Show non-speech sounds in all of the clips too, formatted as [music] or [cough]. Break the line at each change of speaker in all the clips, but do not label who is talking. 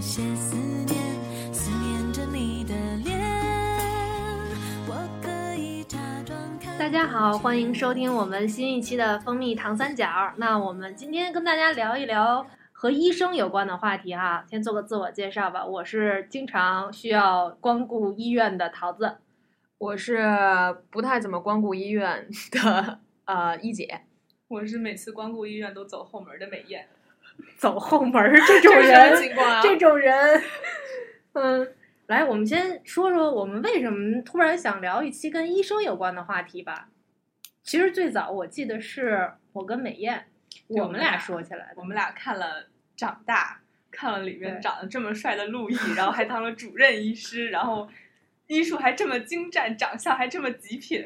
些思念，思念着你的脸。我可以假装看
大家好，欢迎收听我们新一期的蜂蜜糖三角。那我们今天跟大家聊一聊和医生有关的话题哈、先做个自我介绍吧，我是经常需要光顾医院的桃子。
我是不太怎么光顾医院的呃一姐，
我是每次光顾医院都走后门的美艳，
走后门儿这种
这是什么
人，
情况啊？，
这种
[laughs]
人，嗯，来，我们先说说我们为什么突然想聊一期跟医生有关的话题吧。其实最早我记得是我跟美艳，
对
我
我
们
们
俩
俩
说起来的
我。们俩看了《长大》，看了里面
对
长得这么帅的陆毅，然后还当了主任医师，然后医术还这么精湛，长相还这么极品，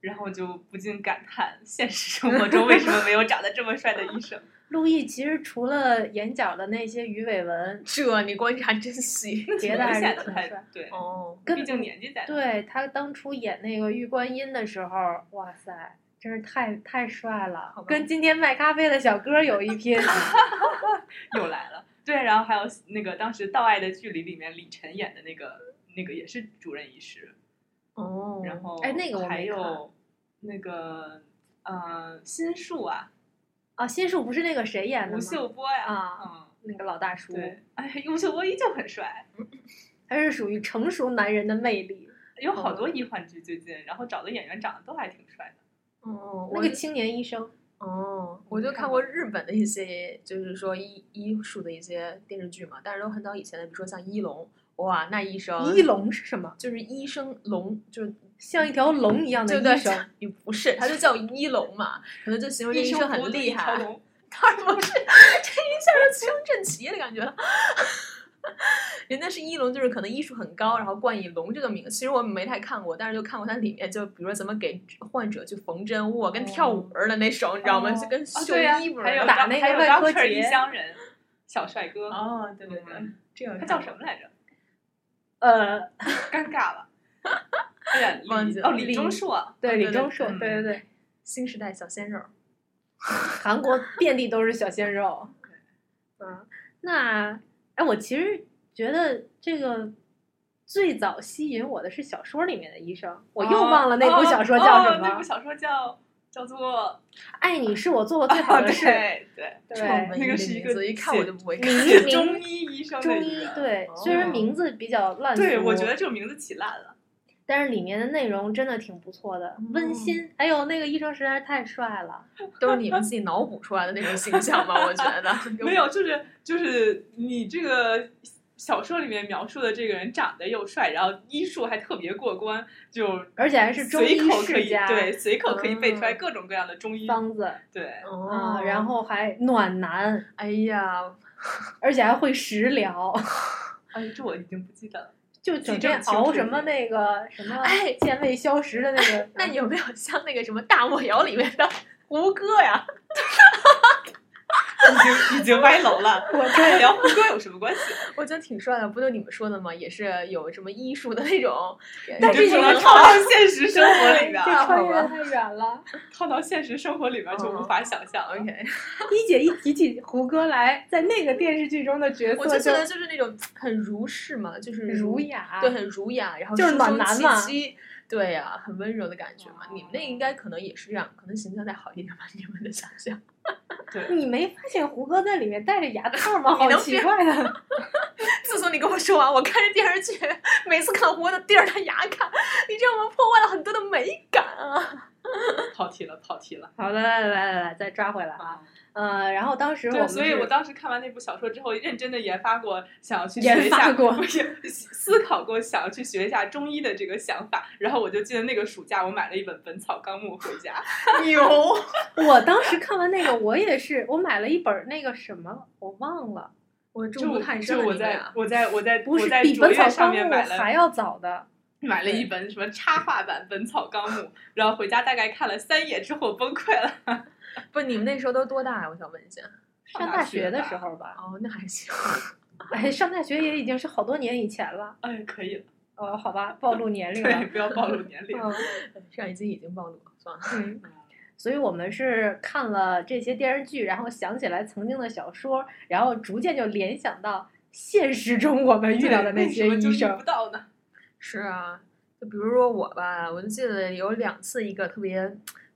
然后就不禁感叹，现实生活中为什么没有长得这么帅的医生？
陆毅其实除了眼角的那些鱼尾纹
[laughs]
这你观察真细
别的
明
还
显
是
的
挺
太
帅。
对，
哦。
跟
毕竟年纪在那，
对他当初演那个玉观音的时候，哇塞，真是太太帅了
好，吧
跟今天卖咖啡的小哥有一
[laughs]
拼。
又来了。对，然后还有那个当时《到爱的距离》里面李晨演的那个那个也是主任医师，
哦，
然后
哎那个我
还
没看
有那个呃心术啊，
啊，心术不是那个谁演的
吴
吗？
秀波呀，
啊哦那个老大叔
嗯，，对，哎，吴秀波依旧很帅，
他是属于成熟男人的魅力。
有好
哦
多医患剧最近，然后找的演员长得都还挺帅的。
哦，
那
我
个青年医生，
哦，我就看过日本的一些，就是说医医术的一些电视剧嘛，但是都很早以前的，比如说像《医龙》，哇，那医生
医龙是什么？
就是医生龙，就是
像一条龙一样的
对
医
对
生。，
也不是，他就叫医龙嘛，可能就形容这医生
服务
很
对
厉
一条
害。
龙
[laughs] 当然不是，这一下就清正齐的感觉了。 [laughs] 人家是一龙，就是可能医术很高，然后冠以“龙”这个名。其实我没太看过，但是就看过它里面，就比如说怎么给患者去缝针，哇，跟跳舞似的那手，你知道吗？
哦
就跟
啊，
绣
对呀，
衣服似
还有
的。
打
张
那个
还有
外
张
科
彻儿
杰
异乡人，小帅哥，
哦，对
对对，
这个
他叫什么来着？
呃，
尴尬了。哎呀，
[laughs]
李
忘记了
哦，李钟硕，
对，
对
李
对
钟硕，
嗯
对对对，
新时代小鲜肉。
韩国遍地都是小鲜
[laughs]
肉。嗯，那哎，我其实觉得这个最早吸引我的是小说里面的医生，我又忘了那部小说叫什
哦哦哦那部
么，
小说叫叫做
爱你是我做
[laughs]
过最好的事》。
对对，
创
对，
文艺
那个
的
是一
名
个
字，一看
写
我就不会看。
名
[laughs]
名
中医医生的
中
一
医
个，
对，
哦
虽然名字比较烂俗，
对，我觉得这个名字起烂了。
但是里面的内容真的挺不错
哦
的，温馨。哎呦，那个医生实在是太帅了，
都是你们自己脑补出来的那种形象吧？我觉 [laughs] 得
没有，就是就是你这个小说里面描述的这个人长得又帅，然后医术还特别过关，就
而且还是中
随
医
口可
世
以
家
对随口可以背出来
嗯
各种各样的中医。
方子
对，
啊，
哦，
然后还暖男，
哎呀，
而且还会食疗，
哎，这我已经不记得了。
就整
记这
天
么清
熬
楚
什么那个什么
哎
健胃消食的那个。
那有没有像那个什么《大漠谣》里面的胡歌呀？ [laughs]
已经已经歪楼了，
[laughs] 我对
聊胡歌有什么关系？
我觉得挺帅的，不就你们说的吗？也是有什么医术的那种，
但
你
是
这只
有
能
人
套到现实生活里边
这
儿，
穿越
好
得
吧
太远了。
套到现实生活里边儿就
嗯
无法想象了。
OK，
一姐一提起胡歌来，在那个电视剧中的角
我就
色
觉得就是那种很儒士嘛，就是
儒，雅，
对，很儒雅，然后
就是
书
暖
生
男
气
嘛
息对呀、很温柔的感觉嘛。
哦
你们那应该可能也是这样，可能形象再好一点吧，你们的想象。
对，
你没发现胡歌在里面戴着牙套吗？好
能
奇
别
怪啊的。
自从你跟我说完，我看这电视剧，每次看我都盯着他牙看，你这样我破坏了很多的美感 [laughs] 啊。
跑题了，跑题了
[laughs] 好的，来来来来来，再抓回来。
啊！
呃，然后当时我
对，
们
所以
是
我当时看完那部小说之后，认真的研发过，想要去
研
学一
发
下，
过
不是 [laughs] 思考过，想要去学一下中医的这个想法。然后我就记得那个暑假，我买了一本《本草纲目》回家。
牛！
我当时看完那个，我也是，我买了一本那个什么，我忘了，
我中
就
毒太深
就
了，
我
你们
在
俩。
我在我在
啊不
我
是
在
比《
卓
本草
越上
纲
面
目
买》了
还要早的。
买了一本什么插画版《本草纲目》，然后回家大概看了三页之后崩溃了。
不，你们那时候都多大呀、我想问一下。
上大学的时，候吧，
哦，那还行。 [laughs]
哎，上大学也已经是好多年以前了。
哎，可以了，
哦，好吧，暴露年龄
对，
了。
不要暴露年龄。
嗯
上一期已经暴露了，算了。
嗯，所以我们是看了这些电视剧，然后想起来曾经的小说，然后逐渐就联想到现实中我嗯们遇到的那些
为什么就
医
遇
生
不，到呢？
是啊，就比如说我吧，我就记得有两次一个特别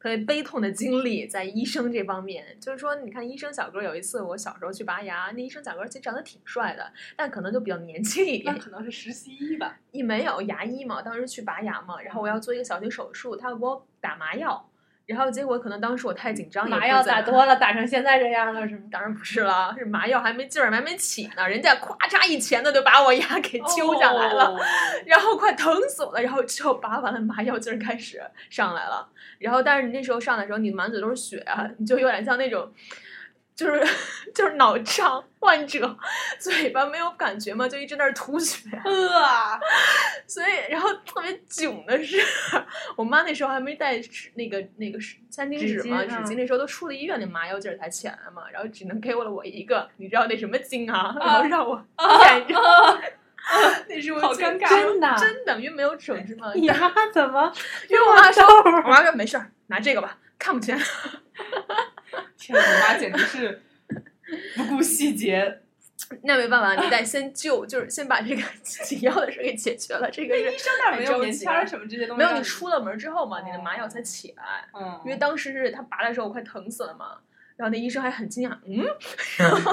特别悲痛的经历，在医生这方面，就是说，你看医生小哥有一次，我小时候去拔牙，那医生小哥其实长得挺帅的，但可能就比较年轻一
那
点，
可能是实习医吧。
一没有牙医嘛，当时去拔牙嘛，然后
嗯
我要做一个小型手术，他要给我打麻药，然后结果可能当时我太紧张，也
麻
不
药
怎么
打多了，打成现在这样了是
[laughs]
吗？
当然不是啦，是麻药还没劲儿，还没起呢，人家咵嚓一钳子就把我牙给揪下来
[laughs]
了。
哦
然后快疼死我了，然后就拔完了麻药劲儿开始上来了，然后但是你那时候上来的时候，你满嘴都是血啊，你就有点像那种，就是 [laughs] 就是脑胀患者，嘴巴没有感觉嘛，就一直在那儿吐血，
呃啊，
所以然后特别囧的是，我妈那时候还没带纸那个那个纸餐巾纸嘛，
纸
纸
巾
巾那时候都出了医院，那麻药劲儿才起来嘛，然后只能给我了我一个，你知道那什么巾啊，然后让我
啊
垫着，那是我
好
最
尴尬啊
真的
真的，因为没有整治
[laughs]
嘛，
你妈怎么
因为我妈说，我妈说没事儿，拿这个吧，看不见。 [laughs]
天，我妈简直是不顾细节。
那没办法，你得先救，就是先把这个 [laughs] 紧要的事儿给解决了。这个
医
是
生那儿没有
很着
棉
急
签儿
啊
什么这些东西
没
让。
有你出了门之后嘛，你的
哦
麻药才起来。
嗯，
因为当时是他拔的时候，我快疼死了嘛。然后那医生还很惊讶，嗯， [laughs]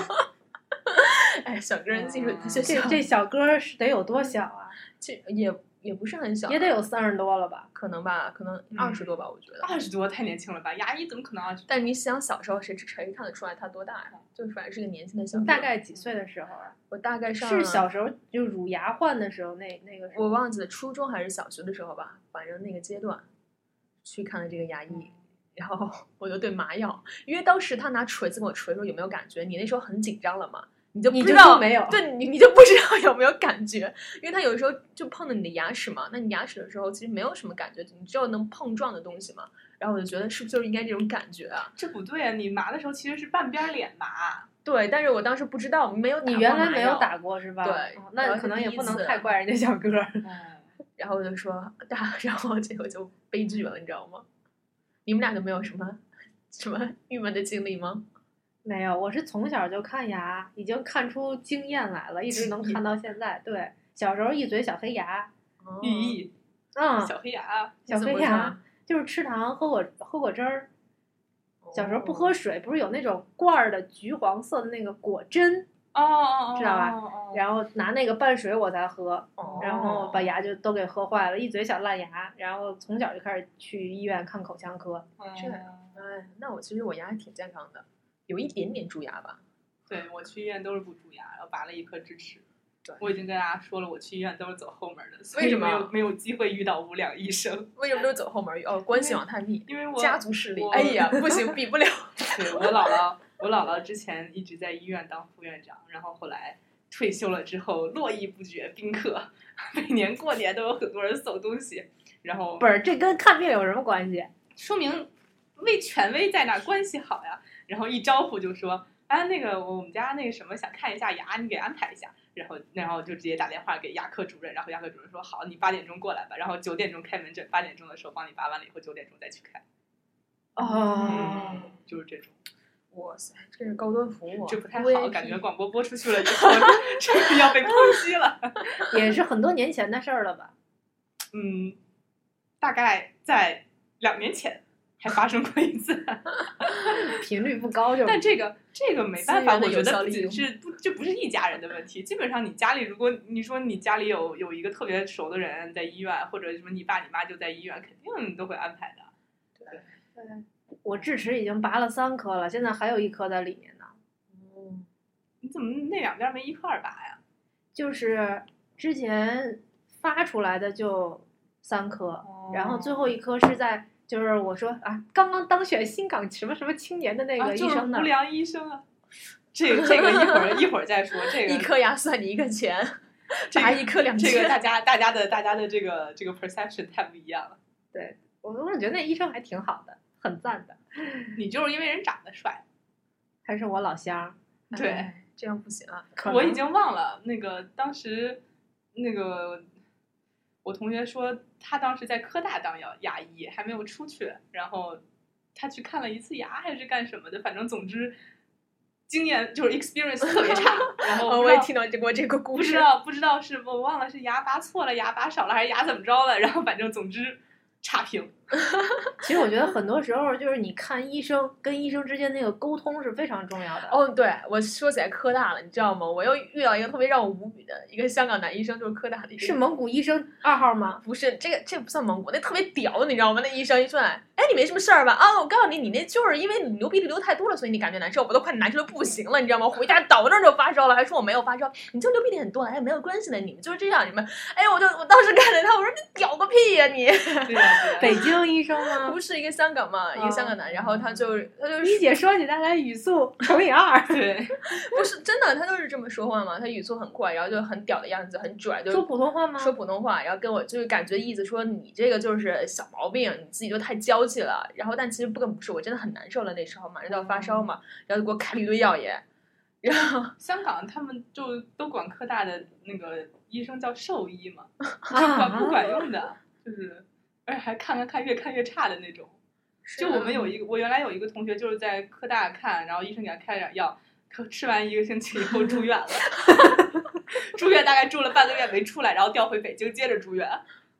哎，小个人技术的
这
确小，
这小哥是得有多小啊？
这也也不是很小，
也得有三十多了吧？
可能吧，可能二十多吧，我觉得。
二十多太年轻了吧？牙医怎么可能二十？
但你想，小时候谁谁看得出来他多大呀？就是反正是个年轻的小哥。
大概几岁的时候啊？
我大概上
是小时候就乳牙换的时候那那个时
我
候。
忘记了初中还是小学的时候吧，反正那个阶段去看了这个牙医，然后我就对麻药，因为当时他拿锤子给我锤说有没有感觉，你那时候很紧张了嘛，你就不
你
知
就
道
说没有
对你你就不知道有没有感觉，因为他有时候就碰到你的牙齿嘛，那你牙齿的时候其实没有什么感觉，你只有能碰撞的东西嘛，然后我就觉得是不是就是应该这种感觉啊？
这不对啊！你麻的时候其实是半边脸麻，
对，但是我当时不知道，没有打
你
过
原来
麻
没有
药
打过是吧？
对
哦
然
那
后
可能也
第一
不能
次
太怪人家小哥儿。
然后我就说，大，然后结果就悲剧了，你知道吗？你们俩就没有什么什么郁闷的经历吗？
没有，我是从小就看牙，已经看出经验来了，一直能看到现在。对，小时候一嘴小黑牙，
寓意
嗯，
小黑牙，
小
哦怎
黑
么啊
牙
看
就是吃糖喝果喝果汁儿。
哦
小时候不喝水，不是有那种罐儿的橘黄色的那个果针，
哦哦哦，
知道吧
吧
然后拿那个拌水我才喝，
哦
然后把牙就都给喝坏了，一嘴小烂牙，然后从小就开始去医院看口腔科。
这
嗯
哎，那我其实我牙还挺健康的，有一点点蛀牙吧。
对我去医院都是不蛀牙，然后拔了一颗智齿。
对
我已经跟大家说了，我去医院都是走后门的，所
为
以
什么
没有没有机会遇到无良医生，
为什么都走后门儿？哦，关系网太密，
因为我
家族势力。
我
哎呀，不行，比不了。
对我姥姥，我姥姥之前一直在医院当副院长，然后后来退休了之后络绎不绝宾客，每年过年都有很多人送东西，然后
不是，这跟看病有什么关系？
说明为权威在那儿关系好呀。然后一招呼就说：“啊，那个我们家那个什么想看一下牙，你给安排一下。”然后，然后就直接打电话给牙科主任，然后牙科主任说：“好，你八点钟过来吧。”然后九点钟开门诊，八点钟的时候帮你拔完了以后，九点钟再去看。
哦，
嗯
就是这种，
哇塞，这是高端服务啊，
这不太
VIP
好，感觉广播播出去了以后， [laughs] 这个要被抨击了。
也是很多年前的事儿了吧？
嗯，大概在两年前还发生过一次。 [laughs]
频率不高就
但这个这个没办法，
资源的
我觉得不仅
有效利用
是不这不是一家人的问题。基本上你家里，如果你说你家里有有一个特别熟的人在医院，或者什么你爸你妈就在医院，肯定都会安排的。
我智齿已经拔了三颗了，现在还有一颗在里面呢。
嗯
你怎么那两边没一块儿拔呀？
就是之前发出来的就三颗，
哦
哦然后最
啊
后一颗是在就是我说啊，刚刚当选新港什么什么青年的那
啊
个
就
医
是
生那
无
儿，
良医生啊。这个这个一会儿一会儿再说，这
[laughs]
一
个
颗牙算你一个钱，
这
拔
个
一颗两
这个
千
大家大家的大家的这个这个 perception 太不一样了。
我总是觉得那医生还挺好的，很赞的，
你就是因为人长得帅，
还是我老乡。
对
哎这样不行啊。
可
我已
能
经忘了那个当时那个我同学说，他当时在科大当牙牙医，还没有出去，然后他去看了一
[laughs]
次牙还是干什么的，反正总之经验就是 experience 特别差，然后
哦
不
我
知
没听到这过这个故
不知
事。
道不知道是我忘了是牙拔错了、牙拔少了还是牙怎么着了，然后反正总之差评。
其实我觉得很多时候就是你看医生跟医生之间那个沟通是非常重要的。，
哦，对，我说起来科大了，你知道吗？我又遇到一个特别让我无语的一个香港男医生，就是科大的一个
是蒙古医生二号
[laughs]
吗？
不是这个，这不算蒙古，那特别屌，你知道吗？那医生一出来，哎，你没什么事儿吧？啊、我告诉你，你那就是因为你流鼻涕流太多了，所以你感觉难受，我都快难受的不行了，你知道吗？回家倒那儿就发烧了，还说我没有发烧，你就流鼻涕很多了，哎，没有关系的，你们就是这样，你们，哎，我就我当时看着他，我说你屌个屁呀、你！ [laughs]
对呀、对呀、
北京医生吗
不？是一个香港嘛，一个香港男，然后他就他就
一
是
姐说起来来语速乘以二，
对，
不是真的，他就是这么说话嘛，他语速很快，然后就很屌的样子，很拽，就
说普通话吗？
说普通话，然后跟我就是感觉意思说你这个就是小毛病，你自己就太娇气了。然后但其实不根不是，我真的很难受了，那时候马上就要发烧
哦
嘛，然后就给我开了一堆药也。然后
香港他们就都管科大的那个医生叫兽医
[laughs]
嘛，管不
啊，
管用的，就是而且还看看看越看越差的那种。就
啊
我们有一个，我原来有一个同学就是在科大看，然后医生给他开了点药，可吃完一个星期以后住
[laughs]
院了，住院大概住了半个月没出来，然后调回北京接着住院，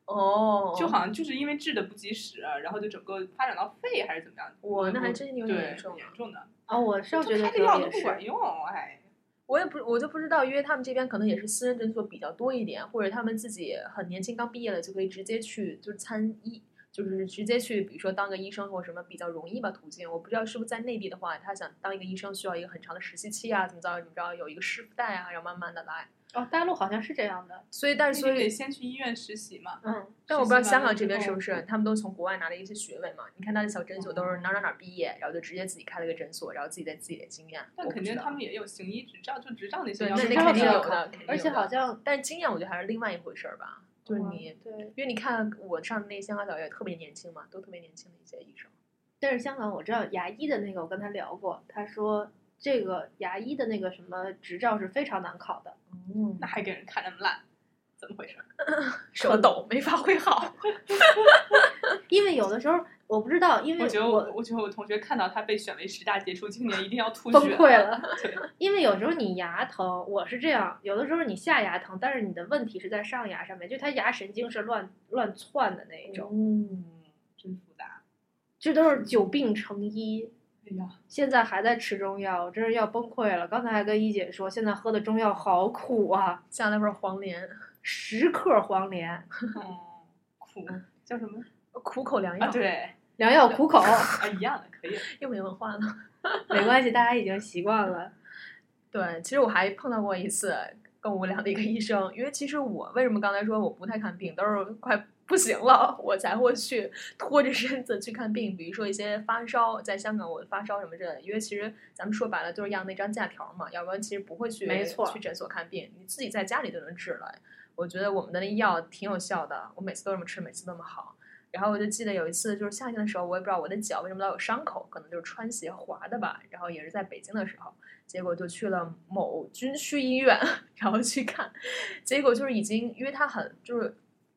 哦，
就好像就是因为治的不及时，啊然后就整个发展到肺还是怎么样，
我哦那还真有点
对
严重。
严重的，
啊，我上学
就
的
开的
时
药
候
都
也
不
是
管。用，哎，
我也不我就不知道，因为他们这边可能也是私人诊所比较多一点，或者他们自己很年轻刚毕业了就可以直接去就是参医。就是直接去，比如说当个医生或者什么比较容易吧途径。我不知道是不是在内地的话，他想当一个医生需要一个很长的实习期啊，怎么着怎么着，有一个师傅带啊，然后慢慢的来。
哦，大陆好像是这样的。
所以，但是所
所以得
以，
先去医院实习嘛，
嗯，
但我不知道
实习完
香港
了
这边
之
是不
后
是他们都从国外拿了一些学位嘛？你看他的小诊所都
哦
是哪儿哪儿哪儿毕业，然后就直接自己开了个诊所，然后自己在自己的经验。
但
我不
肯
知
定
道
他们也有行医执照，就执照那些
对，
要
那
求
那
看
肯
要
定
要
有
看
的，肯定
而且
有的
好像
但是经验我觉得还是另外一回事儿吧。就是
嗯
你，
对，
因为你看我上那香港小也特别年轻嘛，都特别年轻的一些医生。
但是香港我知道牙医的那个，我跟他聊过，他说这个牙医的那个什么执照是非常难考的。
嗯
那还给人看那么烂，怎么回事？
手抖没发挥
嗯
好。
因为有的时候我不知道，因为
我觉得我
我
我觉得我同学看到他被选为十大杰出青年，一定要吐血，
崩溃了。 [laughs]
对，
因为有时候你牙疼，我是这样，有的时候你下牙疼，但是你的问题是在上牙上面，就它牙神经是乱乱窜的那一种，
嗯，
嗯，真复杂。
这都是久病成医。
哎呀，
现在还在吃中药，我真是要崩溃了。刚才还跟一姐说，现在喝的中药好苦啊，
像那份黄连，
十克黄连，
嗯，苦叫什么
苦口良药，
啊？，对，
良药苦口，
啊，一样的，可以。
又没文化了。
没关系，大家已经习惯了。
对，其实我还碰到过一次更无聊的一个医生，因为其实我为什么刚才说我不太看病，都是快不行了，我才会去 [laughs] 拖着身子去看病。比如说一些发烧，在香港我发烧什么之类的，因为其实咱们说白了就是要那张假条嘛，要不然其实不会去
没错
去诊所看病，你自己在家里就能治了。我觉得我们的那药挺有效的，我每次都这么吃，每次都那么好。然后我就记得有一次，就是夏天的时候，我也不知道我的脚为什么老有伤口，可能就是穿鞋滑的吧。然后也是在北京的时候，结果就去了某军区医院， [laughs] 然后去看，结果就是已经因为它很就是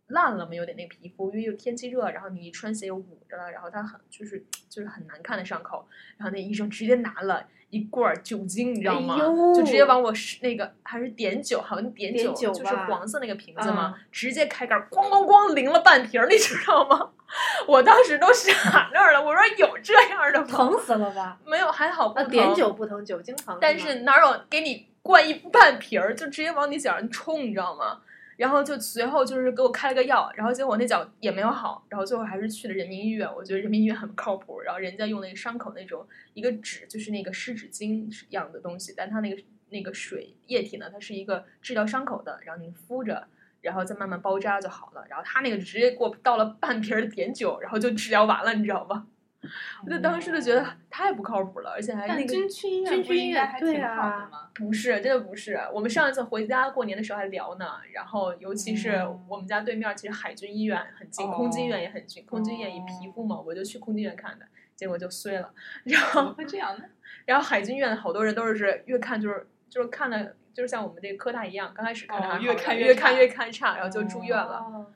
烂了嘛，有点那个皮肤，因为又天气热，然后你一穿鞋又捂着了，然后它很就是就是很难看的伤口。然后那医生直接拿了一罐儿酒精，你知道吗？
哎呦
就直接往我是那个还是碘酒，好像碘
碘
酒
酒
就是
吧
黄色那个瓶子嘛，
嗯
直接开盖儿咣咣咣淋了半瓶儿，你知道吗？ [laughs] 我当时都傻 [laughs] 那儿了，我说有这样的吗？
疼死了
[laughs]
吧？
没有，还好不
啊，
疼。
碘酒不疼，酒精疼吗。
但是哪有给你灌一半瓶儿就直接往你脚上冲，你知道吗？然后就随后就是给我开了个药，然后结果那脚也没有好，然后最后还是去了人民医院。我觉得人民医院很靠谱，然后人家用那个伤口那种一个纸，就是那个湿纸巾一样的东西，但它那个那个水液体呢，它是一个治疗伤口的，然后你敷着，然后再慢慢包扎就好了。然后他那个直接给我倒了半瓶儿碘酒，然后就治疗完了，你知道吧？ [laughs] 我就当时就觉得太不靠谱了，而且还那
但
个
军区
军
医院
区
不
医
应该
院
还
对
挺好
啊
的吗？
不是，真的不是。我们上一次回家过年的时候还聊呢，然后尤其是
嗯
我们家对面其实海军医院很近，空军医院也很近，空军医院一
哦
皮肤嘛，我就去空军医院看的，结果就衰了。然
怎么
后，
会这样呢？
然后海军医院的好多人都是越看就是就是看了，就是像我们这个科大一样，刚开始看
哦
着还好
越看
越
越
看
差
越看差，然后就住院了。
哦。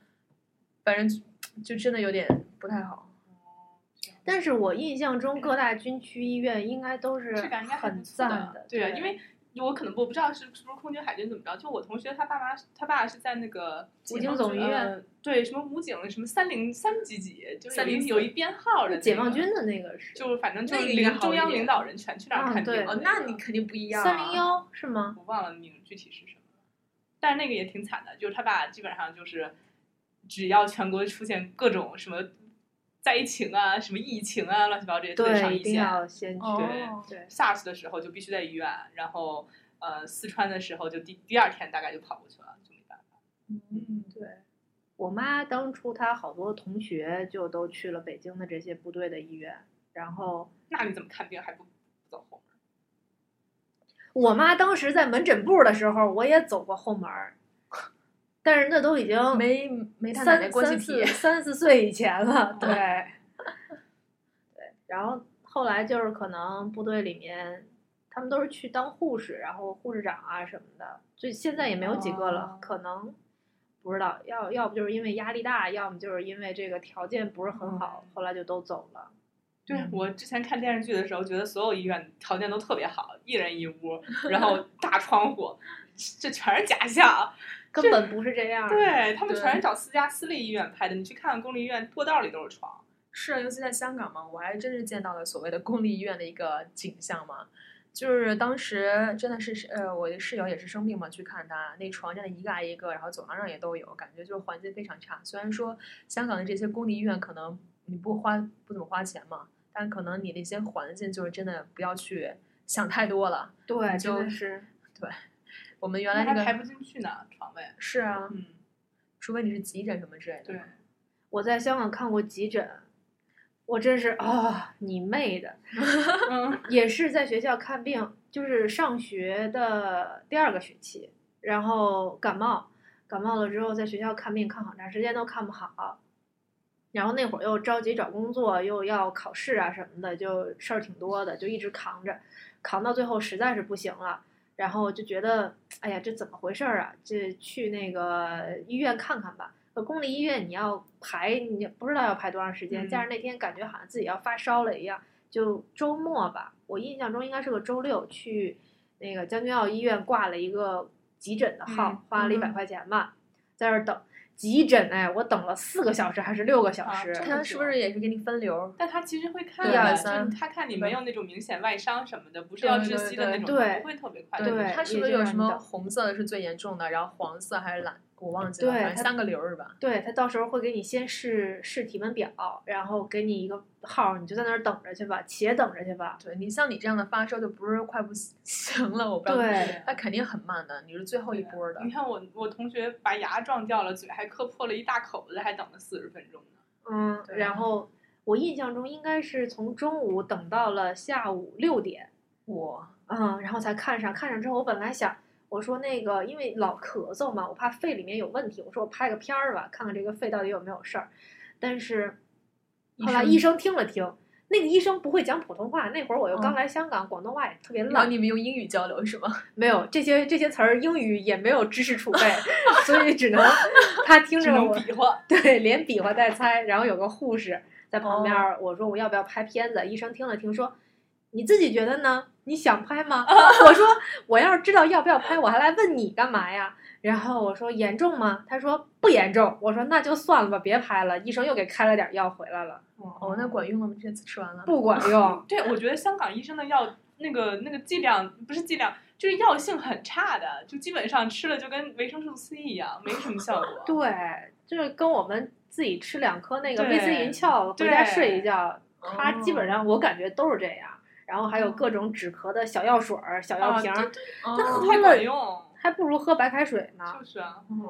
反正就就真的有点不太好。
但是我印象中各大军区医院应该都是
质感应该还
很
不错
赞
的，
对
对啊，因为我可能我不知道是是不是空军海军怎么着，就我同学他爸妈他爸是在那个
武警总医院
呃对什么武警什么三零三几几，就是有一
304
有一编号的、
解放军，的那个是
就反正就是
那个应该
领
好
中
一
央
点
领导人全去那
嗯
儿看病
对
了、
哦，那你肯定不一样啊。
三零幺是吗？
我忘了名具体是什么了，但是那个也挺惨的，就是他爸基本上就是，只要全国出现各种什么灾情啊、什么疫情啊、乱七八糟这些，都得上
对，一
一
定
线。
要先去。
哦，
对，
SARS 的时候就必须在医院，然后呃四川的时候就第第二天大概就跑过去了，就没办法。
嗯，
对，我妈当初她好多同学就都去了北京的这些部队的医院，然后
那你怎么看病还不不走后门？
我妈当时在门诊部的时候，我也走过后门
[laughs]
儿，但是那都已经
嗯没没太奶奶
三三
关系体
四三四岁以前了，对，
哦
对，然后后来就是可能部队里面他们都是去当护士，然后护士长啊什么的，就现在也没有几个了，
哦
可能不知道，要要不就是因为压力大，要么就是因为这个条件不是很好，
嗯
后来就都走了。
对我之前看电视剧的时候，觉得所有医院条件都特别好，一人一屋，然
[laughs]
后大窗户，这全是假象。
根本不是这样的，
对他们全
嗯对
是找私家私立医院拍的，你去看看公立医院，过道里都是床。
是啊，尤其在香港嘛，我还真是见到了所谓的公立医院的一个景象嘛。就是当时真的是，呃，我的室友也是生病嘛，去看他，那床真的一个挨一个，然后走廊上也都有，感觉就是环境非常差。虽然说香港的这些公立医院可能你不花不怎么花钱嘛，但可能你那些环境就是真的不要去想太多了。
对，
就
真的是
我们原来那
还排
个
不进去呢，床位。
是啊，
嗯，
除非你是急诊什么之类的。
对，
我在香港看过急诊，我真是啊、你妹的！
嗯，
也是在学校看病，就是上学的第二个学期，然后感冒，感冒了之后在学校看病，看好长时间都看不好，然后那会儿又着急找工作，又要考试啊什么的，就事儿挺多的，就一直扛着，扛到最后实在是不行了。然后就觉得，哎呀，这怎么回事儿啊？这去那个医院看看吧。呃公立医院你要排，你也不知道要排多长时间。
嗯
加上那天感觉好像自己要发烧了一样，就周末吧，我印象中应该是个周六去那个将军澳医院挂了一个急诊的号，
嗯
花了一百
嗯
块钱吧，在这儿等急诊。哎，我等了四个小时还是六个小
啊
时，
这
他是不是也是给你分流？
但他其实
[laughs]
会看
对
的，
二
就
三
是他看你没有那种明显外伤什么的，不是
对
要
对
窒
对
息的那
对
种，
对
不会特别快。
对
啊它是
也
不是
就
有
让
什
你
么
等
红色的是最严重的，然后黄色还是蓝，我忘记了，
对
反
它
正三个流儿是吧？
对他到时候会给你先试试体温表，然后给你一个号，你就在那儿等着去吧，且等着去吧。
对你像你这样的发烧就不是快不行 [laughs] 了，我不知道，
对，
那肯定很慢的，你是最后一波的
你。看我，我同学把牙撞掉了，嘴还磕破了一大口子，还等了四十分钟呢。
嗯，
对
然后我印象中应该是从中午等到了下午六点，
我
嗯，然后才看上，看上之后我本来想。我说那个，因为老咳嗽嘛，我怕肺里面有问题。我说我拍个片儿吧，看看这个肺到底有没有事儿。但是后来医生听了听，那个医生不会讲普通话，那会儿我又刚
嗯
来香港，广东话也特别
然
烂
后。你们用英语交流是吗？
没有这些这些词儿，英语也没有知识储备，所以只能 [laughs] 他听
只
着
能
我
比划。。
[laughs] 对连比划带猜，然后有个护士在旁边儿，我说我要不要拍片子？医生听了听说，你自己觉得呢？你想拍吗？ [laughs] 我说我要是知道要不要拍，我还来问你干嘛呀？然后我说严重吗？他说不严重。我说那就算了吧，别拍了。医生又给开了点药回来了，
哦，那管用了吗？这次吃完了？
不管用
[laughs] 对，我觉得香港医生的药那个那个剂量不是剂量，就是药性很差的，就基本上吃了就跟维生素 C 一样，没什么效果。
[laughs] 对，就是跟我们自己吃两颗那个
对
维 C 银翘，回家
对哦
睡一觉，它基本
上
上我感觉都是这样。然后还有各种止咳的小药水儿、小药
啊
瓶儿，
对
哦
那
太管用，
还不如喝白开水呢。
就是啊。
嗯，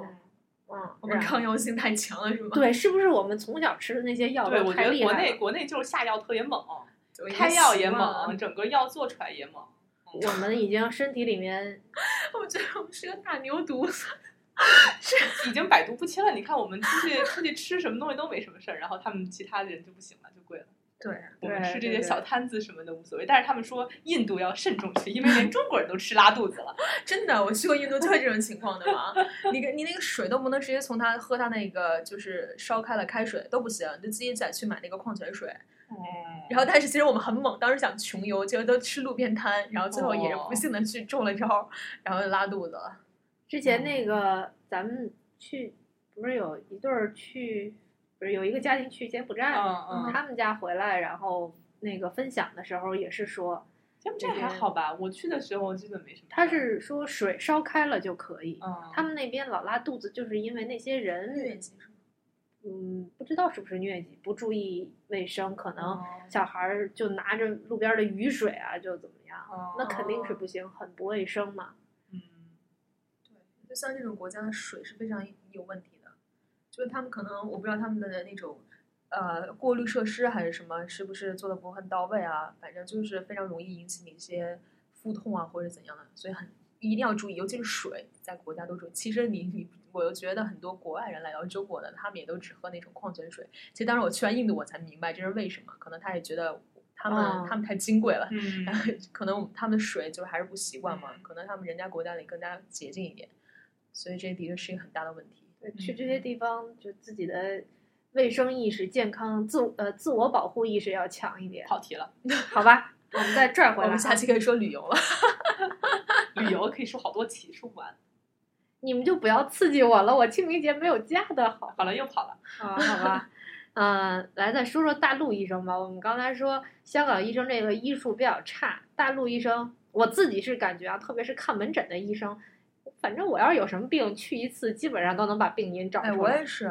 我们
然
抗药性太强了是吗？
对，是不是我们从小吃的那些药
对，
都
我觉
太
得
厉
国
害
内
了？
国内就是下药特别猛，
对，
开药也猛，
猛。
整个药做出来也猛。
我们已经身体里面
我觉得我们是个大牛犊子。
已经百毒不侵了。你看我们出去出去吃什么东西都没什么事儿，然后他们其他的人就不行了，就贵了。
对，
我们
对
吃这
对
些
对
小摊子什么的无所谓，但是他们说印度要慎重吃，因为连中国人都吃拉肚子了。
真的，我去过印度就会这种情况的嘛。啊你跟你那个水都不能直接从他喝他那个就是烧开了开水都不行，你就自己再去买那个矿泉水，然后，但是其实我们很猛，当时想穷游，结果都吃路边摊，然后最后也是不幸的去中了招儿，然后就拉肚子了。
之前那个
嗯
咱们去，不是有一对儿去，不是有一个家庭去柬埔寨，
嗯嗯，
他们家回来，然后那个分享的时候也是说，
柬埔寨还好吧？我去的时候我记得没什么。
他是说水烧开了就可以。
嗯，
他们那边老拉肚子，就是因为那些人，
结束。
嗯，不知道是不是疟疾，不注意卫生，可能
哦
小孩儿就拿着路边的雨水啊，就怎么样，
哦
那肯定是不行，很不卫生嘛。
嗯
对，就像这种国家的水是非常有问题的，就是他们可能我不知道他们的那种呃过滤设施还是什么，是不是做的不很到位啊？反正就是非常容易引起你一些腹痛啊或者怎样的，所以很一定要注意，尤其是水，在国家都注意。其实你你，我又觉得很多国外人来到中国的，他们也都只喝那种矿泉水。其实当时我去完印度，我才明白这是为什么，可能他也觉得他们、
哦
他们太金贵了。
嗯 [laughs]
然后 [laughs] 可能他们水就是还是不习惯嘛，
嗯
可能他们人家国家里更加洁净一点，所以这的确是一个很大的问题。
对去这
嗯
些地方，就自己的卫生意识、健康自呃自我保护意识要强一点，
跑题了，
好吧？我们再拽
[laughs] 我
回来啊。
们下期可以说旅游了，
旅游可以说好多期，说不完。
你们就不要刺激我了，我清明节没有假的好
好了，又跑了。
啊，好吧，呃，来再说说大陆医生吧。我们刚才说香港医生这个医术比较差，大陆医生我自己是感觉啊，特别是看门诊的医生，反正我要是有什么病，去一次基本上都能把病因找
[laughs] 哎，
出
我
来，
也是，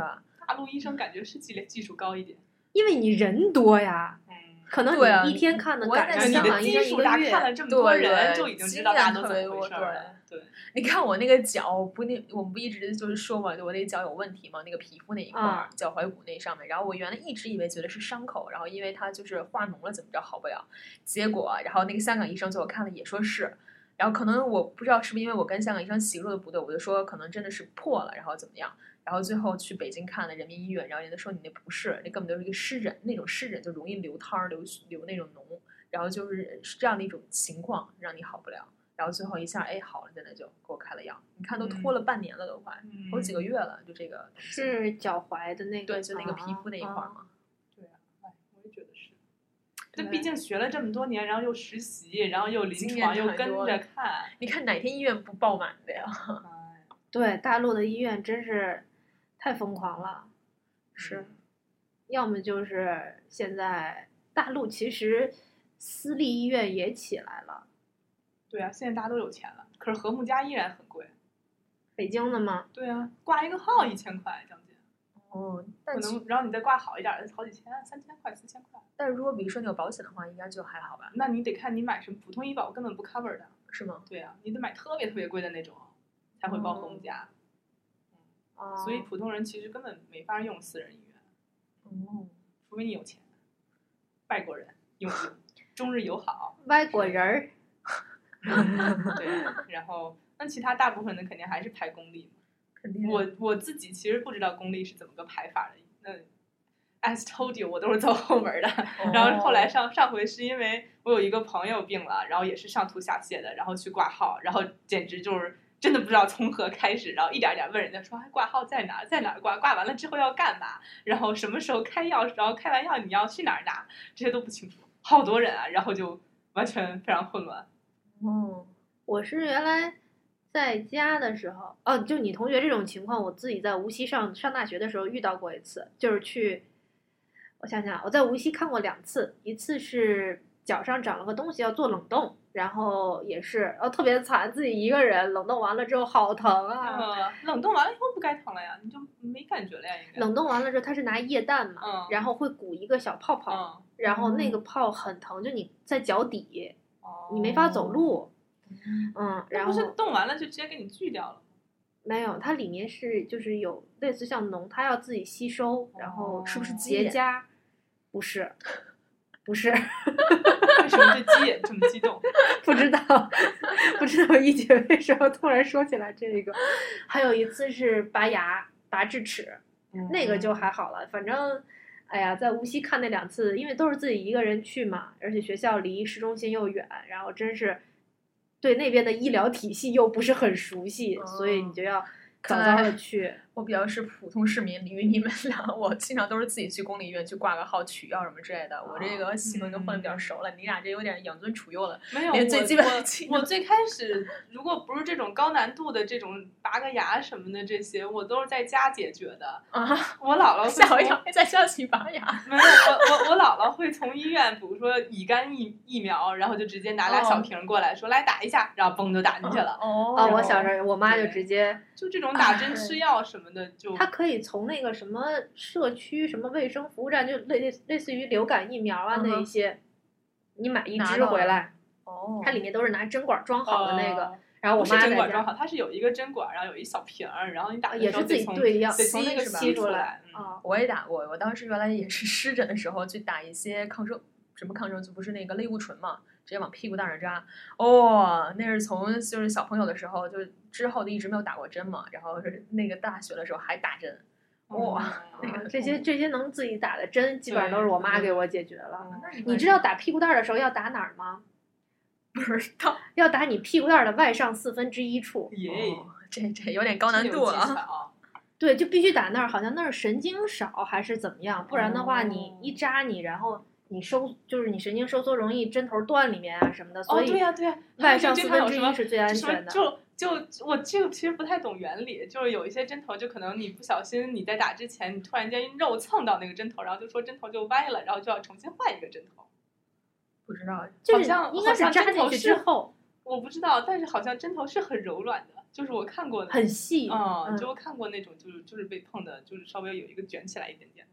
大陆医生感觉是技技术高一点。
因为你人多呀，
嗯，
可能
对啊
你一天看的
我也
赶
在
上
想
你
香
的
港医
基
生一
数
个
大，
月，
看了这么多人，
对
就已经知道大家都怎么回事儿了。对，
你看我那个脚，不那我们不一直就是说嘛，就我那脚有问题嘛，那个皮肤那一块儿，
啊
脚踝骨那上面。然后我原来一直以为觉得是伤口，然后因为它就是化脓了，怎么着好不了。结果，然后那个香港医生最后看了也说是，然后可能我不知道是不是因为我跟香港医生形容的不对，我就说可能真的是破了，然后怎么样。然后最后去北京看了人民医院，然后人家说你那不是，那根本就是一个湿疹，那种湿疹就容易流汤儿、流血流那种脓，然后就是是这样的一种情况，让你好不了。然后最后一下，哎，好了，真的就给我开了药。你看都拖了半年了，都快，
嗯
都几个月了，就这个东西，
是脚踝的那个，
对，就那个皮肤那一块儿
啊。
嘛。
哎我也觉得是。这毕竟学了这么多年，然后又实习，然后又临
经
床，
验
又
很
跟
多
着
[laughs]
了
看。
你看哪天医院不爆满的呀？
哎
对，大陆的医院真是太疯狂了。
是，
嗯
要么就是现在大陆其实私立医院也起来了，
对啊，现在大家都有钱了，可是和睦家依然很贵。
北京的嘛，
对啊，挂一个号一千块，将近，
[laughs] 哦，嗯但
可
其
能然后你再挂好一点的，好几千、三千块、四千块。
但如果比如说你有保险的话，应该就还好吧？
那你得看你买什么，普通医保根本不 cover 的。
是吗？
对啊，你得买特别特别贵的那种，才会报和
哦
睦家。
啊、
所以普通人其实根本没法用私人医院，
哦，
除非你有钱。外国人有中日友
[laughs]
好，
外国人儿
对啊，然后那其他大部分的肯定还是排公立嘛。
肯定。
我我自己其实不知道公立是怎么个排法的，那 as told you 我都是走后门的。然后后
哦
来上上回是因为我有一个朋友病了，然后也是上吐下泻的，然后去挂号，然后简直就是真的不知道从何开始，然后一点儿一点儿问人家说哎挂号在哪儿，在哪儿挂，挂完了之后要干嘛，然后什么时候开药，然后开完药你要去哪儿拿，这些都不清楚，好多人啊，然后就完全非常混乱。嗯
哦，
我是原来在家的时候，哦，就你同学这种情况，我自己在无锡上上大学的时候遇到过一次，就是去，我想想，我在无锡看过两次，一次是脚上长了个东西要做冷冻，然后也是，哦，特别惨，自己一个人冷冻完了之后好疼啊，
呃，冷冻完了以后不该疼了呀，你就没感觉了呀，应该。
冷冻完了之后，它是拿液氮嘛，
嗯
然后会鼓一个小泡泡，
嗯，
然后那个泡很疼，就你在脚底，
哦，
你没法走路。嗯，
那
然
不是
后
冻完了就直接给你锯掉了吗？
没有，它里面是就是有类似像脓，它要自己吸收，然后
是不是鸡
结
眼
痂？不是，不是， [laughs]
为什么对鸡眼这么激动？
不知道， [laughs] 不知道一姐为什么突然说起来这个。 [laughs] 还有一次是拔牙、拔智齿， [laughs]
嗯
那个就还好了，反正。哎呀，在无锡看那两次，因为都是自己一个人去嘛，而且学校离市中心又远，然后真是对那边的医疗体系又不是很熟悉，所以
哦
你就要早早的去，
我比较是普通市民，与你们 [laughs] 俩，我经常都是自己去公立医院去挂个号、取药什么之类的。我这个系统已经混的比较熟了，你俩这有点养尊处优了。
没有，
连
我
最基本的
我
技
我
能
最开始如果不是这种高难度的这种拔个牙什么的这些，我都是在家解决的。
啊，
我姥姥会
吓我一
从
跳，还在校起拔牙。
没有，我我我姥姥会从医院，比如说乙肝疫疫苗，然后就直接拿俩
哦
小瓶儿过来说来打一下，然后嘣就打进去了。
哦
哦，我小时候我妈就
对
直接，
就这种打
嗯
针吃药什么的，就
她可以从那个什么社区什么卫生服务站，就类类类似于流感疫苗啊
嗯哼
那一些，你买一
拿
支
到
回
了
来，
哦，
它里面都是拿针管装好的那个，
呃
然后我
不是
妈在
针管装
家
好，它是有一个针管，然后有一小瓶儿，然后你打
啊
的
也
时候
是自
得
己
从
兑药
得从那个
吸是吧
吸
出来
来。嗯
啊，
我也打过，我当时原来也是湿疹的时候去打一些抗生什么抗生素，不是那个类固醇嘛，直接往屁股蛋上扎。哦，那是从就是小朋友的时候，就是之后就一直没有打过针嘛，然后是那个大学的时候还打针。哇，
嗯
啊这些这些能自己打的针，基本上都是我妈给我解决了。
嗯
你知道打屁股蛋儿的时候要打哪儿
[laughs]
吗？
不知道？
要打你屁股蛋儿的外上四分之一处。
耶，
哦这这有 [laughs] 点高难度
了
了。
啊！
对，就必须打那儿，好像那儿神经少还是怎么样，不然的话你
哦
一扎你，然后你收就是你神经收缩容易针头断里面啊什么的，所
哦，对
以
呀、对呀、他
外
们就
上
经
四
常
分
有
之
什
一
么
是最安
什么
全的。
就就我这个其实不太懂原理，就是有一些针头，就可能你不小心你在打之前，你突然间肉蹭到那个针头，然后就说针头就歪了，然后就要重新换一个针头。
不知道，
就
好
是
像
应
好
该是
像
扎
针
进
头
去
是
之后
我不知道，但是好像针头是很柔软的，就是我看过的，
很细，
嗯，
嗯
就看过那种就是就是被碰的，就是稍微有一个卷起来一点点。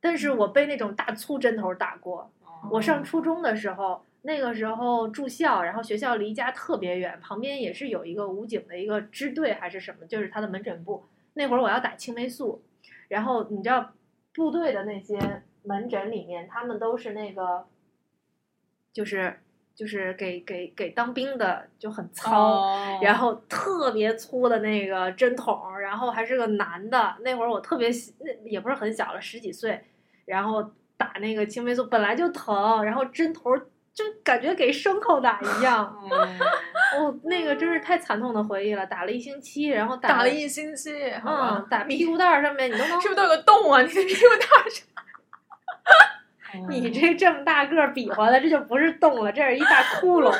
但是我被那种大粗针头打过。
哦
我上初中的时候，那个时候住校，然后学校离家特别远，旁边也是有一个武警的一个支队还是什么，就是他的门诊部。那会儿我要打青霉素，然后你知道部队的那些门诊里面，他们都是那个，就是就是给给给当兵的就很糙。
哦
然后特别粗的那个针筒，然后还是个男的。那会儿我特别小那也不是很小了，十几岁，然后打那个青霉素本来就疼，然后针头就感觉给牲口打一样。
嗯
哦，那个真是太惨痛的回忆了，打了一星期，然后打
打了
了
一星期，好吧
嗯，打屁股蛋儿上面你都
[laughs]
能
是不是都有个洞啊？你的屁 [laughs] 股蛋上
你这这么大个儿比划的，这就不是洞了，这是一大窟窿。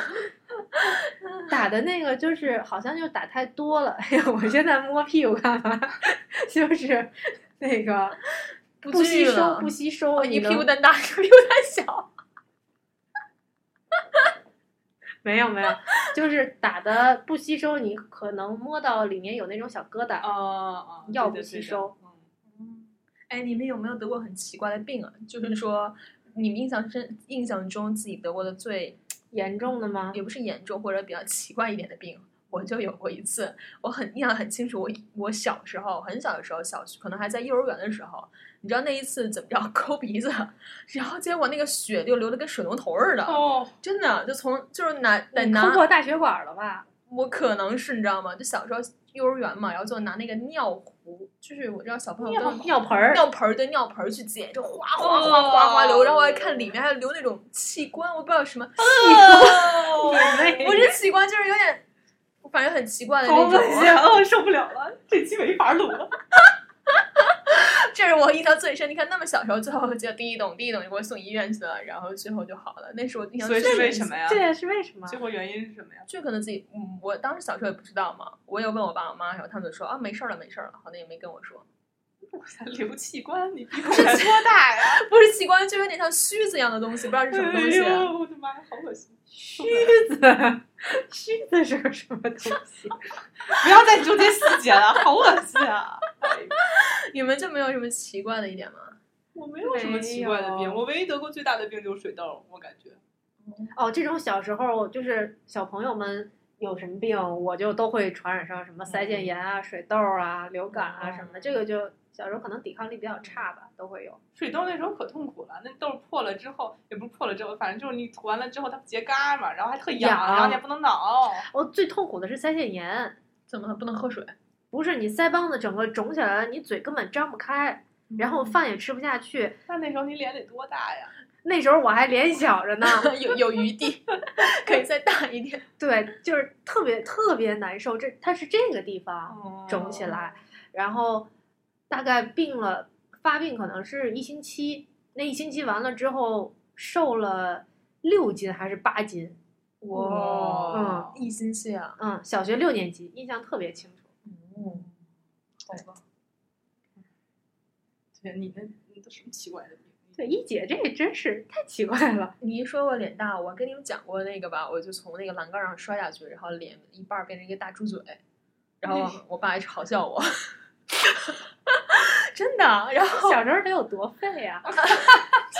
打的那个就是好像就打太多了，哎呀，我现在摸屁股干嘛？ [laughs] 就是那个不
至
吸
于
收
了
不吸收，
哦，
你
一屁股
能
蛋大，一 [laughs] 屁股蛋小。
没有没有，就是打的不吸收，你可能摸到里面有那种小疙瘩。
哦哦，
药
对
不
的
吸
对的
收
嗯
哎，你们有没有得过很奇怪的病啊？就是说，你们印象深、印象中自己得过的最
严重的吗？
也不是严重或者比较奇怪一点的病，我就有过一次，我很印象很清楚。我我小时候很小的时候，小学可能还在幼儿园的时候，你知道那一次怎么着抠鼻子，然后结果那个血就流的跟水龙头似的，
哦，
真的就从就是拿得
你
拿哦
抠破大血管了吧？
我可能是你知道吗？就小时候幼儿园嘛，然后就拿那个尿壶，就是我知道小朋友都
尿盆儿，
尿盆儿对尿盆儿去解，就哗哗
哦
哗哗哗流，然后我还看里面还流那种器官，我不知道什么，不是器官，就是有点，反正很奇怪的
哎好
那
恶心，
种。
哦，受不了了，这期没法录了。
这是我印象最深。你看那么小时候，最后就叮一咚叮一咚就给我送医院去了，然后最后就好了。那是我印象
所
最
以是
深。
为什么呀？
这也是为什么？啊
最后原因是什么呀？
就可能自己，嗯，我当时小时候也不知道嘛，我也问我爸我妈，然后他们就说啊没事儿了没事儿了，好像也没跟我说。
我想 [laughs] 留器官，你比我才多大呀？
[laughs] 不是器官，就有点像须子一样的东西，不知道是什么东西。
哎呦，我的妈呀，好恶心！
须子，须子是个什么东西？
不要再纠结细节了，好恶心啊！哎呦
你们就没有什么奇怪的一点吗？
我没有什么奇怪的
没
病，
有
我唯一得过最大的病就是水痘，我感觉。
哦，这种小时候就是小朋友们有什么病，我就都会传染上什么腮腺炎啊、水痘啊、流感啊什么的。这个就小时候可能抵抗力比较差吧，都会有。
水痘那时候可痛苦了，那痘破了之后，也不是破了之后，反正就是你涂完了之后它不结痂嘛，然后还特痒，
痒
然后你还不能挠。
我、哦最痛苦的是腮腺炎，
怎么不能喝水？
不是你腮帮子整个肿起
嗯
嗯
来了，你嘴根本张不开，然后饭也吃不下去。
那那时候你脸得多大呀？
那时候我还脸小着呢， [laughs]
有有余地，可以再大一点。
对，就是特别特别难受。这它是这个地方
哦
肿起来，然后大概病了，发病可能是一星期。那一星期完了之后，瘦了六斤还是八斤？
哇
一星期啊，
嗯，小学六年级，印象特别清楚。
嗯，
好吧。对，你那你都什么奇怪的病？
对，一姐这也真是太奇怪了。
你一说我脸大，我跟你们讲过那个吧，我就从那个栏杆上摔下去，然后脸一半儿变成一个大猪嘴，然
哎
后我爸一直嘲笑我， [laughs] 真的。然后
小时候得有多废啊
[laughs]
呀、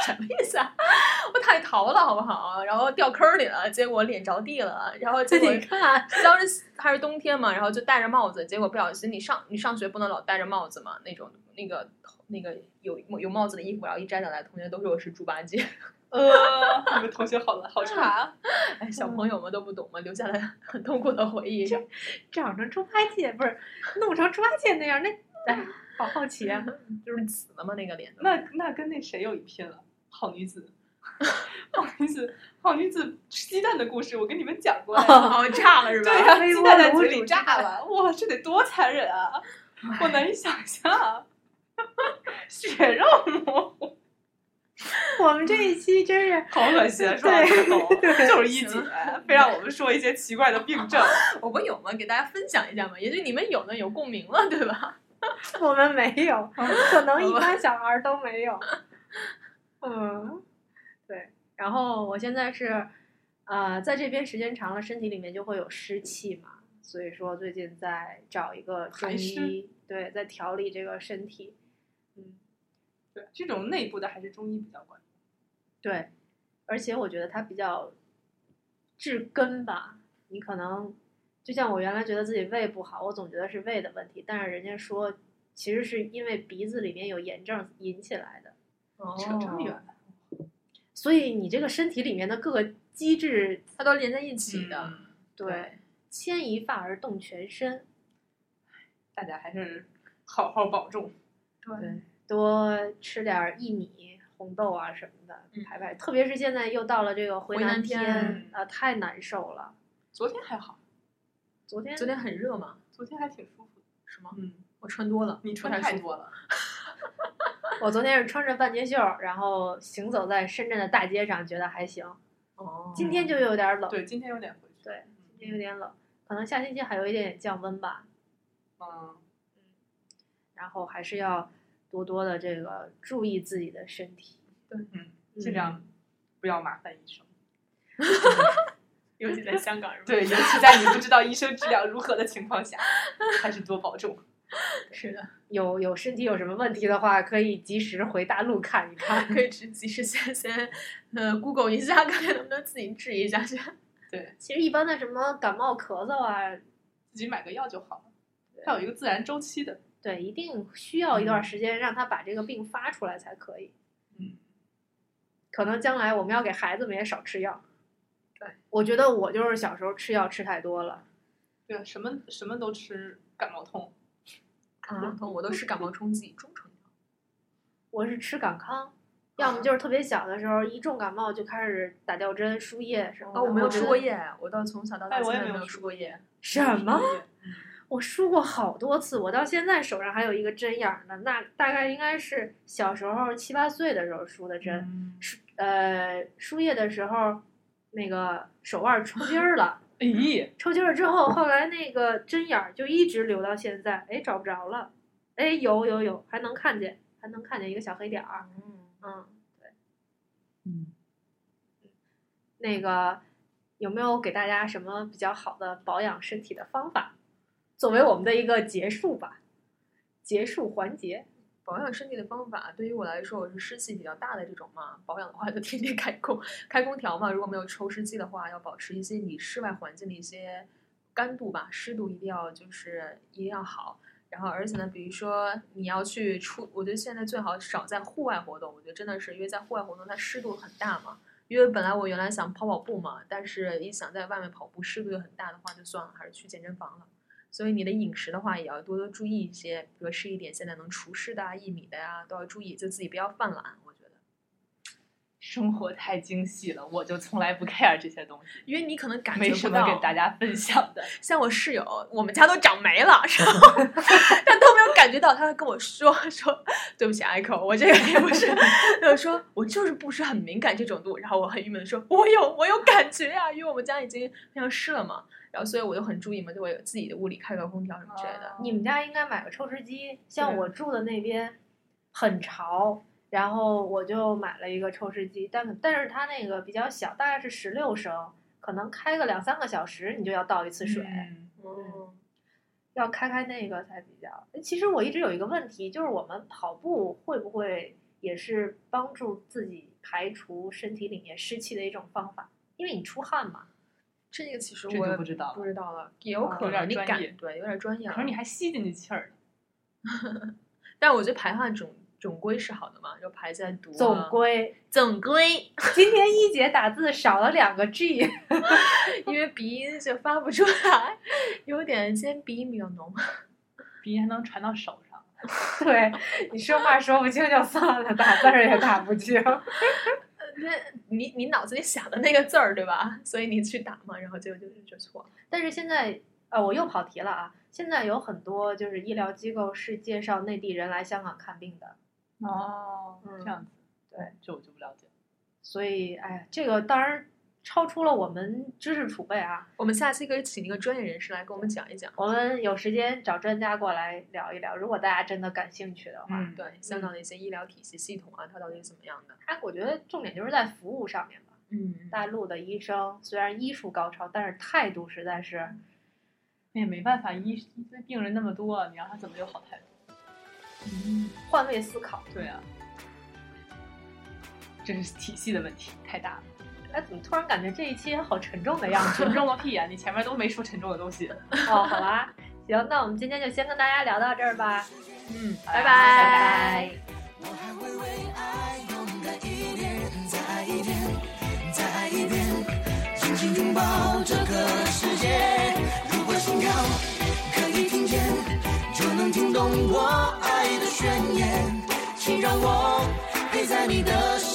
什么意思啊？ [laughs] 我太淘了，好不好？然后掉坑里了，结果脸着地了，然后
这
结果
你看，
当时还是冬天嘛，然后就戴着帽子，结果不小心你上你上学不能老戴着帽子嘛，那种那个那个有有帽子的衣服，然后一摘下来，同学都说我是猪八戒。 [laughs]
呃，你们同学好好差，啊
哎，小朋友们都不懂嘛，留下来很痛苦的回忆。
长成猪八戒不是弄成猪八戒那样，那哎，好好奇啊。
[laughs] 就是紫的嘛，那个脸
嗯
都。
那那跟那谁有一拼了？好女子， [laughs] 好女子，好女子吃鸡蛋的故事，我跟你们讲过呀。
哦，炸了是吧？
对呀、
微
鸡
波
蛋在
炉
嘴
煮
里
鸡蛋
炸了，哇，这得多残忍啊！
哎
我难以想
[laughs]
象啊，血肉模糊，
我们这一期真是
好恶心啊！说到这个狗，就是一姐，非让我们说一些奇怪的病
[laughs]
症。
我们有吗？给大家分享一下嘛，也就你们有呢，有共鸣了，对吧？
我们没有，可能一般小孩儿都没有。嗯，对。然后我现在是，呃，在这边时间长了，身体里面就会有湿气嘛，所以说最近在找一个中
寒湿
医，对，在调理这个身体。嗯，
对，这种内部的还是中医比较管。
对。而且我觉得它比较治根吧，你可能就像我原来觉得自己胃不好，我总觉得是胃的问题，但是人家说其实是因为鼻子里面有炎症引起来的。
哦
扯这么远，啊
所以你这个身体里面的各个机制，
它都连在一起的。
嗯
对，牵一发而动全身，
大家还是好好保重。
对，
多吃点儿薏米、红豆啊什么的
嗯
排排。特别是现在又到了这个回
回南
天，
天
啊、太难受了。
昨天还好，
昨天
昨天很热嘛，
昨天还挺舒服的。
是吗？
嗯，
我穿多了，
你
不
穿
太
太
舒服
多了。
我昨天是穿着半截袖儿，然后行走在深圳的大街上，觉得还行。
哦，
今天就有点儿冷，
对，今天有点回去。
对，今天有点冷，可能下星期还有一点点降温吧。
嗯，
然后还是要多多的这个注意自己的身体。
嗯，
嗯
尽量不要麻烦医生。
尤其在香港是吧？
对，，尤其在你不知道医生治疗如何的情况下，还是多保重。
是的，
有有身体有什么问题的话，可以及时回大陆看一
[laughs]
看。
可以只及时先先呃 Google 一下，看看能不能自己治一下先。
其实一般的什么感冒、咳嗽啊，
自己买个药就好了。它有一个自然周期的。
对，一定需要一段时间让他把这个病发出来才可以。
嗯，
可能将来我们要给孩子们也少吃药。
对，
我觉得我就是小时候吃药吃太多了。
对，什么什么都吃，感冒痛。
啊
感冒痛，我都是感冒冲剂，中成药。
我是吃感康，要么就是特别小的时候一重感冒就开始打吊针、输液什么的。
哦，我没有
觉
输
得
过液，我到从小到大
哎
现
我也
在
没有
有
输
输过液。
什么？？我输过好多次，我到现在手上还有一个针眼儿呢。那大概应该是小时候七八岁的时候输的针，
嗯，
输呃输液的时候，那个手腕儿抽筋儿了，
咦，
抽筋儿之后，后来那个针眼儿就一直留到现在，哎找不着了，哎有有有，还能看见，还能看见一个小黑点儿，嗯，对，
嗯，
那个有没有给大家什么比较好的保养身体的方法，作
嗯
为我们的一个结束吧，结束环节。
保养身体的方法，对于我来说，我是湿气比较大的这种嘛，保养的话就天天开空开空调嘛。如果没有抽湿机的话，要保持一些你室外环境的一些干度吧，湿度一定要就是一定要好。然后，而且呢，比如说你要去出，我觉得现在最好少在户外活动。我觉得真的是因为在户外活动，它湿度很大嘛。因为本来我原来想跑跑步嘛，但是一想在外面跑步湿度又很大的话，就算了，还是去健身房了。所以你的饮食的话也要多多注意一些，比如吃一点现在能除湿的啊、薏米的呀、都要注意，就自己不要犯懒。我觉得
生活太精细了，我就从来不 care 这些东西，
因为你可能感觉
没
不
什么
到。
给大家分享的。
像我室友，我们家都长霉了， [laughs] 然后他都没有感觉到，他会跟我说说对不起，Echo，我这个也不是，我说我就是不是很敏感这种度，然后我很郁闷的说，我有我有感觉呀、因为我们家已经非常湿了嘛，然后所以我就很注意嘛，就我有自己的屋里开个空调什么之类的，
嗯
你们家应该买个抽湿机，像
哦对
我住的那边很潮，然后我就买了一个抽湿机，但但是它那个比较小，大概是十六升，可能开个两三个小时你就要倒一次水，
嗯
嗯，
要开开那个才比较。其实我一直有一个问题，就是我们跑步会不会也是帮助自己排除身体里面湿气的一种方法？因为你出汗嘛，
这个其实
这就
我
不知道
不
了。
知道了，也有
哦
可
有点
能你
专
感
业
对有点专业了，啊
可是你还吸进去气儿呢，
但我觉得排汗总总归是好的嘛，就排在毒啊
总归
总归， [laughs]
今天一姐打字少了两个 G， [laughs]
因为鼻音就发不出来，有点今天鼻音比较浓。
鼻炎还能传到手上。
对你说话说不清就算了，打字儿也打不清。
那你你脑子里想的那个字儿对吧？所以你去打嘛，然后就就就错了。
但是现在，呃，我又跑题了啊！现在有很多就是医疗机构是介绍内地人来香港看病的，
哦
嗯
这样子，
对，
这我就不了解。
所以，哎呀，这个当然超出了我们知识储备啊。
我们下期可以请一个专业人士来跟我们讲一讲。
我们有时间找专家过来聊一聊，如果大家真的感兴趣的话，
嗯，
对香港的一些医疗体系系统啊，它到底是怎么样的？
它我觉得重点就是在服务上面吧。
嗯
大陆的医生虽然医术高超，但是态度实在是，
那也没办法，医那病人那么多，你让他怎么有好态度？
嗯，
换位思考。
对啊，这是体系的问题，太大了。
哎，怎么突然感觉这一期好沉重的样子？
[laughs] 沉重个屁呀、你前面都没说沉重的东西。
哦，好吧，行，那我们今天就先跟大家聊到这儿吧，
嗯，
拜
拜
拜。
我还会为爱勇敢一点，再一点，再一点，紧紧拥抱这个世界。如果心跳可以听见，就能听懂我爱的宣言。请让我陪在你的身哎